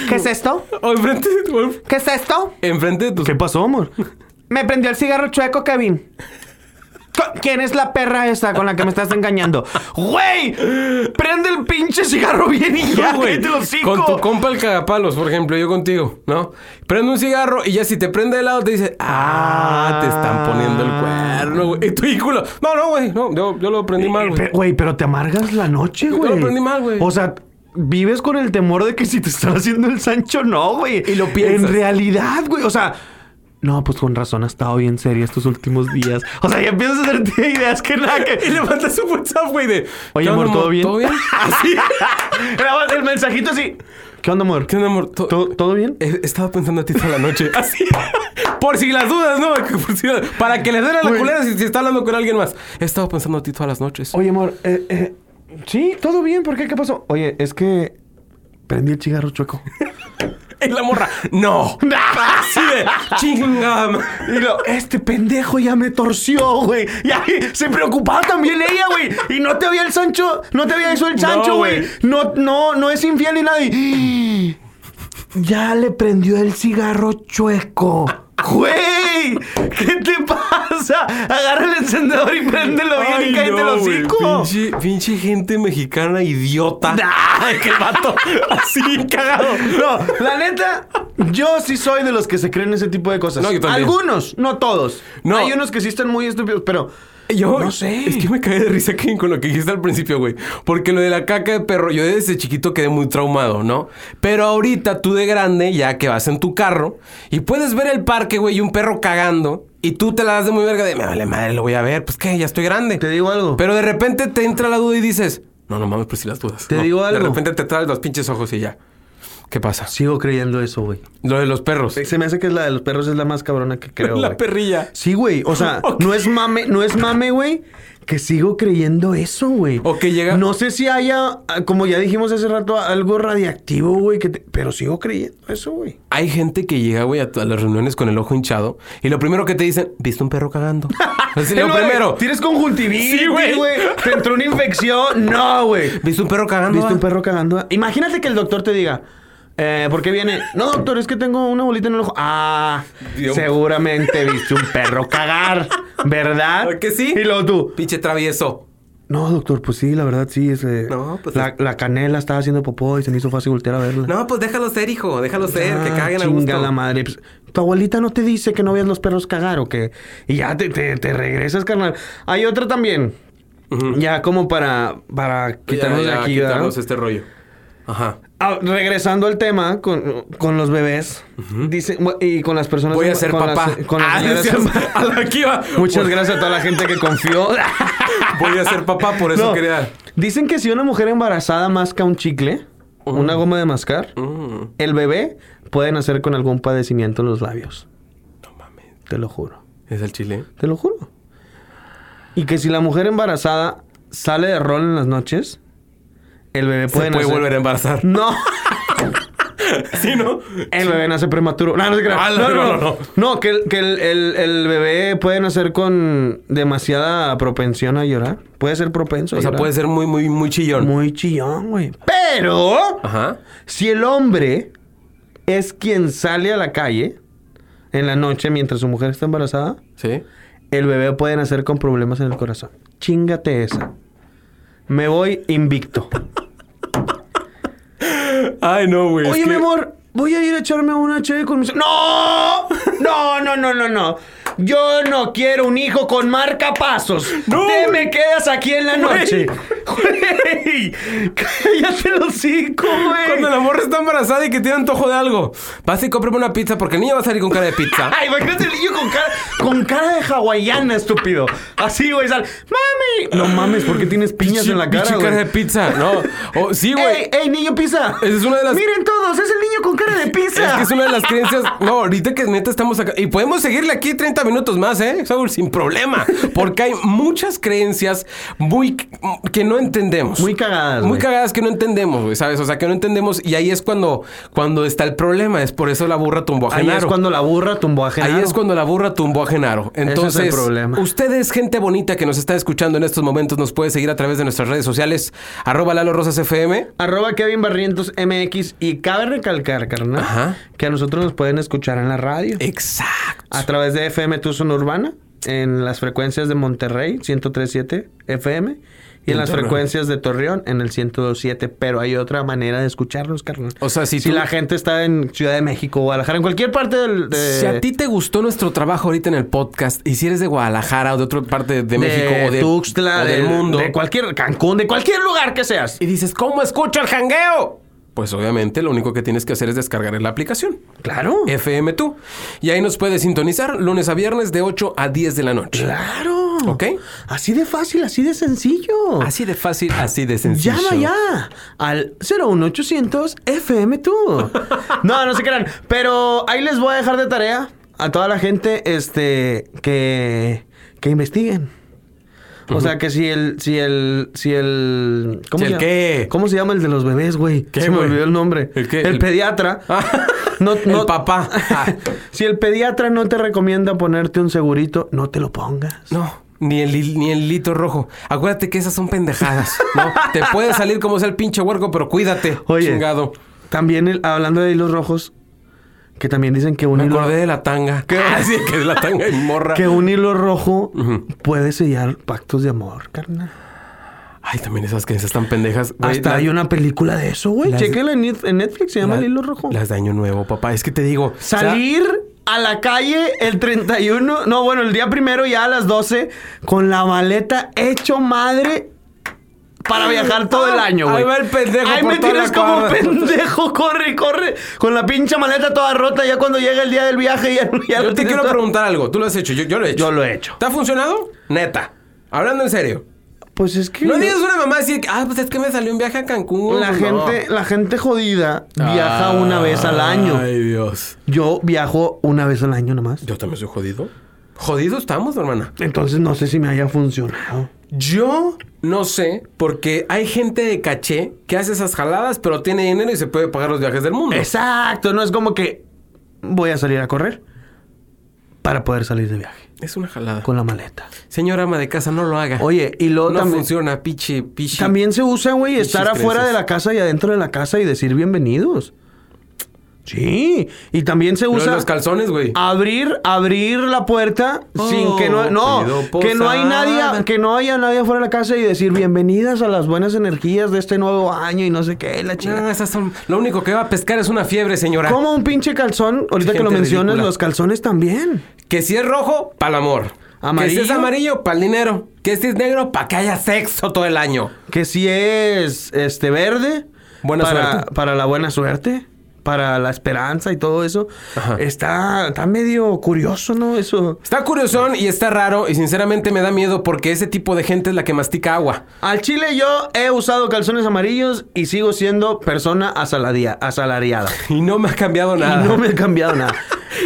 D: ¿Qué es esto?
B: O enfrente, de-
D: ¿Qué es esto?
B: enfrente de tus...
D: ¿Qué pasó, amor? Me prendió el cigarro chueco, Kevin. Co- ¿Quién es la perra esa con la que me estás engañando? ¡Güey! ¡Prende el pinche cigarro bien y ya,
B: No,
D: güey!
B: güey. Con tu compa el cagapalos, por ejemplo, yo contigo, ¿no? Prende un cigarro y ya si te prende de lado te dice, ah, te están poniendo el cuerno, güey. Y tu hículo. No, no, güey, no, yo, yo lo prendí mal, güey.
D: Pe- Güey, pero te amargas la noche,
B: Yo
D: güey.
B: lo aprendí mal, güey.
D: O sea, vives con el temor de que si te están haciendo el Sancho, no, güey.
B: Y lo piensas.
D: En realidad, güey. O sea. No, pues con razón ha estado bien seria estos últimos días. O sea, ya empiezas a hacerte ideas que nada que.
B: Y le mandas un WhatsApp, güey, de...
D: Oye,
B: "¿Qué onda,
D: amor, ¿todo bien?"
B: ¿Todo bien? Así.
D: Nada más el mensajito así. ¿Qué onda, Eh, amor?
B: ¿Qué onda, amor? ¿Todo,
D: ¿Todo, todo bien?
B: He he estado pensando a ti toda la noche. Así. Por si las dudas, ¿no? Por si las- Para que le den a la
D: Güey.
B: culera si, si está hablando con alguien más. He estado pensando a ti todas las noches.
D: Oye, amor, eh, eh, sí, todo bien. ¿Por qué? ¿Qué pasó? Oye, es que prendí el cigarro chueco.
B: Y la morra. ¡No! Así de... ¡Chinga!
D: Y lo, este pendejo ya me torció, güey. Y ahí se preocupaba también ella, güey. Y no te había el Sancho, no te había eso el Sancho,
B: No,
D: güey.
B: güey.
D: No, no, no es infiel ni nadie. Ya le prendió el cigarro chueco. ¡Güey! ¿Qué te pasa? Agarra el encendedor y préndelo bien y
B: Ay,
D: cállate
B: no,
D: los
B: güey.
D: hocico.
B: Pinche, pinche gente mexicana idiota.
D: Nah.
B: que el vato así cagado.
D: No, la neta, yo sí soy de los que se creen ese tipo de cosas.
B: No, yo también.
D: Algunos, no todos.
B: No.
D: Hay unos que sí están muy estúpidos, pero
B: Yo,
D: No sé.
B: Es que me caí de risa Kevin, con lo que dijiste al principio, güey. Porque lo de la caca de perro, yo desde chiquito quedé muy traumado, ¿no? Pero ahorita tú de grande, ya que vas en tu carro y puedes ver el parque, güey, y un perro cagando. Y tú te la das de muy verga de, me vale madre, lo voy a ver. Pues qué, ya estoy grande.
D: te digo algo.
B: Pero de repente te entra la duda y dices, no, no mames, pues si las dudas.
D: Te
B: No.
D: digo algo.
B: De repente te traes los pinches ojos y ya. ¿Qué pasa?
D: Sigo creyendo eso, güey.
B: Lo de los perros.
D: Se me hace que la de los perros es la más cabrona que creo.
B: la
D: güey.
B: perrilla.
D: Sí, güey. O sea,
B: Ok.
D: no es mame, no es mame, güey. Que sigo creyendo eso, güey.
B: O que llega-
D: No sé si haya, ah, como ya dijimos hace rato, algo radiactivo, güey. que te- Pero sigo creyendo eso, güey.
B: Hay gente que llega, güey, a, t- a las reuniones con el ojo hinchado y lo primero que te dicen, ¿viste un perro cagando? Así,
D: Eh,
B: lo
D: güey,
B: primero,
D: Tienes conjuntivitis,
B: Sí,
D: güey.
B: güey.
D: Te entró una infección. No, güey.
B: ¿viste un perro cagando?
D: ¿Viste
B: va?
D: un perro cagando? Imagínate que el doctor te diga. Eh, ¿Por qué viene? No, doctor, es que tengo una bolita en el ojo. Ah,
B: Dios.
D: seguramente viste un perro cagar, ¿verdad?
B: ¿A que sí?
D: Y luego tú.
B: Pinche travieso.
D: No, doctor, pues sí, la verdad sí. Es, eh,
B: No, pues
D: la,
B: es-
D: la canela estaba haciendo popó y se me hizo fácil voltear a verla.
B: No, pues déjalo ser, hijo, déjalo ser, que
D: Ah,
B: caguen a
D: chinga
B: gusto.
D: la madre. Pues, tu abuelita no te dice que no veas los perros cagar o que. Y ya te, te- te regresas, carnal. Hay otra también. Ya como para, para quitarnos de
B: Mm. Ya, ya,
D: aquí, ¿verdad?
B: quitarnos este rollo. Ajá.
D: Ah, regresando al tema con, con los bebés dice, bu- y con las personas...
B: Voy a ser
D: con
B: papá.
D: las- con las
B: Ah,
D: señoras-
B: no seas- a la que iba.
D: Muchas gracias a toda la gente que confió.
B: Voy a ser papá, por eso
D: No.
B: quería.
D: Dicen que si una mujer embarazada masca un chicle, una goma de mascar,
B: Mm,
D: el bebé puede nacer con algún padecimiento en los labios.
B: No mames.
D: Te lo juro.
B: ¿Es el chile?
D: Te lo juro. Y que si la mujer embarazada sale de rol en las noches, el bebé
B: Se puede
D: puede nacer-
B: volver a embarazar.
D: No.
B: Sí, ¿no?
D: El bebé nace prematuro. No, no, se crean.
B: Ah,
D: no, no, no, No, que, el, que el, el- el bebé puede nacer con demasiada propensión a llorar. Puede ser propenso. a
B: O sea,
D: llorar.
B: puede ser muy, muy, muy chillón.
D: Muy chillón, güey. Pero,
B: Ajá.
D: si el hombre es quien sale a la calle en la noche mientras su mujer está embarazada,
B: Sí.
D: el bebé puede nacer con problemas en el corazón. Chingate esa. Me voy invicto.
B: Ay, no, güey. es
D: Oye,
B: que-
D: mi amor, voy a ir a echarme una cheve con mis... ¡No! No, no, no, no, no. Yo no quiero un hijo con marcapasos.
B: ¡No!
D: Te me quedas aquí en la noche.
B: Güey.
D: Güey. Cállate los cinco, güey.
B: Cuando la morra está embarazada y que tiene antojo de algo, vas y cómprame una pizza porque el niño va a salir con cara de pizza.
D: Ay, imagínate el niño con cara, con cara de hawaiana, estúpido. Así, güey, sal. ¡Mami! No mames, ¿por qué tienes piñas en la cara,
B: Pinche cara
D: güey?
B: de pizza, ¿no? O- sí, güey.
D: ¡Ey, ey, niño pizza!
B: Esa es una de las-
D: ¡Miren todos! ¡Es el niño con cara de pizza!
B: Es que es una de las creencias. No, ahorita que neta estamos acá. Y podemos seguirle aquí 30 minutos más, ¿eh? Saúl, sin problema. Porque hay muchas creencias muy que no entendemos.
D: Muy cagadas,
B: Muy
D: güey.
B: cagadas que no entendemos, güey, ¿sabes? O sea, que no entendemos. Y ahí es cuando, cuando está el problema. Es por eso la burra tumbó a
D: Ahí
B: Genaro.
D: es cuando la burra tumbó a Genaro.
B: Ahí es cuando la burra tumbó a Genaro.
D: es el
B: Entonces,
D: problema.
B: ustedes, gente bonita que nos está escuchando en estos momentos, nos puede seguir a través de nuestras redes sociales, arroba Lalo Rosas FM.
D: Arroba Kevin Barrientos MX. Y cabe recalcar, carnal,
B: Ajá. Eh.
D: que a nosotros nos pueden escuchar en la radio.
B: Exacto.
D: A través de FM Tucson Urbana, en las frecuencias de Monterrey, 103.7 FM, y en las
B: Torreón.
D: frecuencias de Torreón, en el 102.7. Pero hay otra manera de escucharlos, carnal.
B: O sea, si tú-
D: la gente está en Ciudad de México, Guadalajara, en cualquier parte del... de-
B: Si a ti te gustó nuestro trabajo ahorita en el podcast y si eres de Guadalajara o de otra parte de, México o de
D: Tuxtla,
B: o
D: de-
B: del mundo
D: de cualquier Cancún, de cualquier lugar que seas.
B: y dices, ¿cómo escucho el jangueo? Pues obviamente lo único que tienes que hacer es descargar la aplicación.
D: Claro.
B: FM tú. Y ahí nos puedes sintonizar lunes a viernes de 8 a 10 de la noche.
D: Claro.
B: ¿Ok?
D: Así de fácil, así de sencillo.
B: Así de fácil, así de sencillo.
D: Llama ya al 01800 FM tú. No, no se crean. Pero ahí les voy a dejar de tarea a toda la gente este que que investiguen. O sea, que si el si el si el ¿cómo
B: ¿Si
D: se llama?
B: el qué?
D: ¿Cómo se llama el de los bebés, güey?
B: ¿Qué,
D: se me
B: güey?
D: olvidó el nombre.
B: ¿El qué? El-
D: pediatra.
B: Ah, el papá. Ah.
D: si el pediatra no te recomienda ponerte un segurito, no te lo pongas.
B: No, ni el, hil- ni el hilito rojo. Acuérdate que esas son pendejadas. ¿no? te puede salir como sea el pinche huerco, pero cuídate.
D: Oye.
B: Chingado.
D: También el- hablando de hilos rojos, que también dicen que un
B: Me
D: hilo
B: acordé de la tanga.
D: ¿Qué?
B: Ah, sí, que es la tanga y morra.
D: que un hilo rojo puede sellar pactos de amor, carnal.
B: Ay, también esas creencias tan pendejas. güey.
D: Hasta
B: La-
D: hay una película de eso, güey.
B: las-
D: Chéquela en, Net- en Netflix, se llama
B: la-
D: El hilo rojo.
B: Las de Año Nuevo, papá. Es que te digo.
D: Salir a la calle el 31, no, bueno, el día primero ya a las 12 con la maleta hecho madre para viajar todo el año, güey.
B: Ah, Ahí va el pendejo
D: Ahí
B: por
D: me
B: toda la
D: tienes como
B: cuadra.
D: pendejo, corre, y corre con la pinche maleta toda rota ya cuando llega el día del viaje ya,
B: o
D: ya
B: sea,
D: lo
B: yo te
D: tienes
B: quiero
D: todo-
B: preguntar algo. Tú lo has hecho, yo, yo lo he hecho.
D: Yo lo he hecho.
B: ¿Te ha funcionado? Neta. Hablando en serio.
D: Pues es que
B: No digas una mamá decir, ah, pues es que me salió un viaje a Cancún.
D: la
B: No.
D: gente, la gente jodida viaja una vez al año.
B: Ay, Dios.
D: Yo viajo una vez al año nomás.
B: Yo también soy jodido. Jodido estamos, hermana.
D: Entonces no sé si me haya funcionado.
B: Yo no sé, porque hay gente de caché que hace esas jaladas, pero tiene dinero y se puede pagar los viajes del mundo.
D: Exacto, no es como que voy a salir a correr para poder salir de viaje
B: Es una jalada.
D: con la maleta.
B: Señora ama de casa, no lo haga.
D: Oye, y luego
B: no
D: también,
B: funciona, pichi, pichi.
D: también se usa, güey,
B: Pinches
D: estar afuera
B: creencias.
D: de la casa y adentro de la casa y decir bienvenidos. Sí, y también se
B: Lo de
D: usa Ah,
B: los calzones, güey.
D: abrir abrir la puerta
B: Oh,
D: sin que no no
B: pido
D: que no hay nadie
B: posada.
D: que no haya nadie afuera de la casa y decir bienvenidas a las buenas energías de este nuevo año y no sé qué la
B: No,
D: chingada.
B: esas son... Lo único que va a pescar es una fiebre, señora.
D: Como un pinche calzón, ahorita
B: Ah. Gente
D: que lo mencionas,
B: ridícula.
D: los calzones también.
B: Que si es rojo, pa'l amor.
D: Amarillo.
B: Que si es amarillo, pa'l dinero. Que si es negro, para que haya sexo todo el año.
D: Que si es este verde.
B: Buena
D: para,
B: suerte.
D: Para la buena suerte. Para la esperanza y todo eso.
B: Ajá.
D: Está, está medio curioso, ¿no? Eso.
B: Está curiosón y está raro y sinceramente me da miedo porque ese tipo de gente es la que mastica agua.
D: Al chile yo he usado calzones amarillos y sigo siendo persona asaladia- asalariada.
B: Y no me ha cambiado nada.
D: Y no me ha cambiado nada.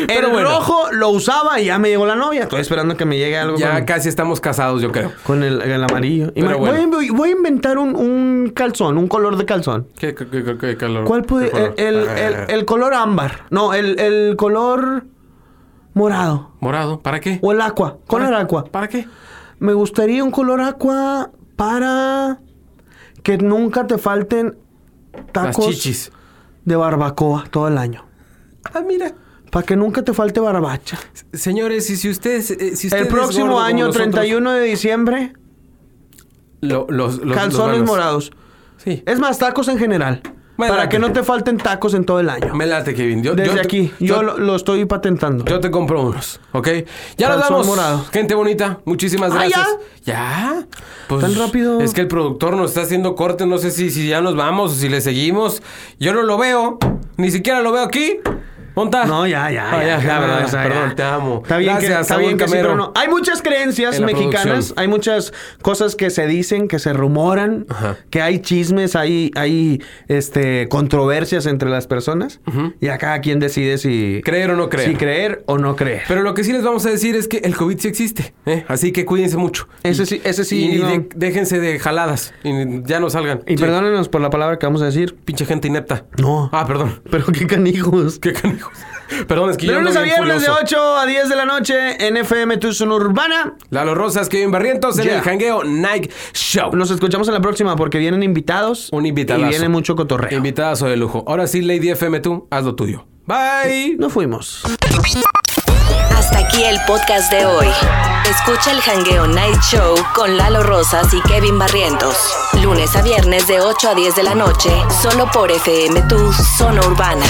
B: Pero
D: el
B: bueno.
D: rojo lo usaba y ya me llegó la novia. Estoy esperando que me llegue algo
B: Ya
D: con,
B: casi estamos casados, yo creo.
D: con el, el amarillo. Y
B: Pero
D: ma-
B: bueno.
D: voy, a- voy a inventar un, un calzón, un color de calzón.
B: ¿Qué, qué- qué- qué calor?
D: ¿Cuál puede...?
B: ¿Qué color? Ah,
D: El, el- el- el color ámbar. No, el, el color morado.
B: Morado. ¿Para qué?
D: O el aqua. Color
B: ¿Para-
D: aqua.
B: ¿Para qué?
D: Me gustaría un color aqua para que nunca te falten
B: Las
D: tacos
B: chichis.
D: de barbacoa todo el año.
B: Ah, mira.
D: Para que nunca te falte barbacha.
B: Señores, y si ustedes... eh, si usted
D: El
B: es
D: próximo
B: gordo como
D: año,
B: nosotros,
D: 31 de diciembre,
B: lo- los, los- los
D: calzones
B: ganas.
D: morados.
B: Sí.
D: Es más, tacos en general.
B: Bueno,
D: para que
B: ok.
D: no te falten tacos en todo el año.
B: Me late, Kevin. Yo,
D: Desde
B: yo-
D: aquí, yo,
B: yo-
D: lo, lo estoy patentando.
B: Yo te compro unos, ¿ok? Ya nos
D: Calzón
B: vamos.
D: morado.
B: Gente bonita, muchísimas
D: Ah,
B: gracias. ¿Ya? Pues,
D: Tan rápido.
B: Es que el productor nos está haciendo corte, no sé si, si ya nos vamos o si le seguimos. Yo no lo veo, ni siquiera lo veo aquí. Monta.
D: No, ya, ya.
B: Ah, ya, ya, verdad,
D: o sea,
B: perdón,
D: ya.
B: te amo.
D: Está bien,
B: gracias,
D: que, está
B: Saúl
D: bien que sí,
B: Camero.
D: pero no. Hay muchas creencias
B: En la
D: mexicanas,
B: producción.
D: hay muchas cosas que se dicen, que se rumoran,
B: Ajá.
D: que hay chismes, hay, hay este, controversias entre las personas. Y a cada quien decide si...
B: Creer o no creer.
D: Si creer o no creer.
B: Pero lo que sí les vamos a decir es que el COVID sí existe, ¿eh? Así que cuídense mucho.
D: Ese sí- ese sí,
B: Y, y
D: no.
B: de- déjense de jaladas y ya no salgan.
D: y
B: Sí,
D: perdónenos por la palabra que vamos a decir.
B: Pinche gente inepta.
D: No.
B: Ah, perdón.
D: Pero qué canijos.
B: Qué canijos. Perdón, es que
D: De
B: yo ando
D: lunes a
B: bien
D: viernes de
B: furioso.
D: 8 a 10 de la noche en FM Tucson Urbana.
B: Lalo Rosas, Kevin Barrientos en
D: Ya.
B: el Jangueo Nike Show.
D: Nos escuchamos en la próxima porque vienen invitados.
B: Un invitado.
D: Y viene mucho cotorreo.
B: Invitadas de lujo. Ahora sí, Lady FM, tú haz lo tuyo. Bye.
D: no fuimos.
C: Hasta aquí el podcast de hoy. Escucha el Jangueo Night Show con Lalo Rosas y Kevin Barrientos. Lunes a viernes de 8 a 10 de la noche, solo por FM Tu Zona Urbana.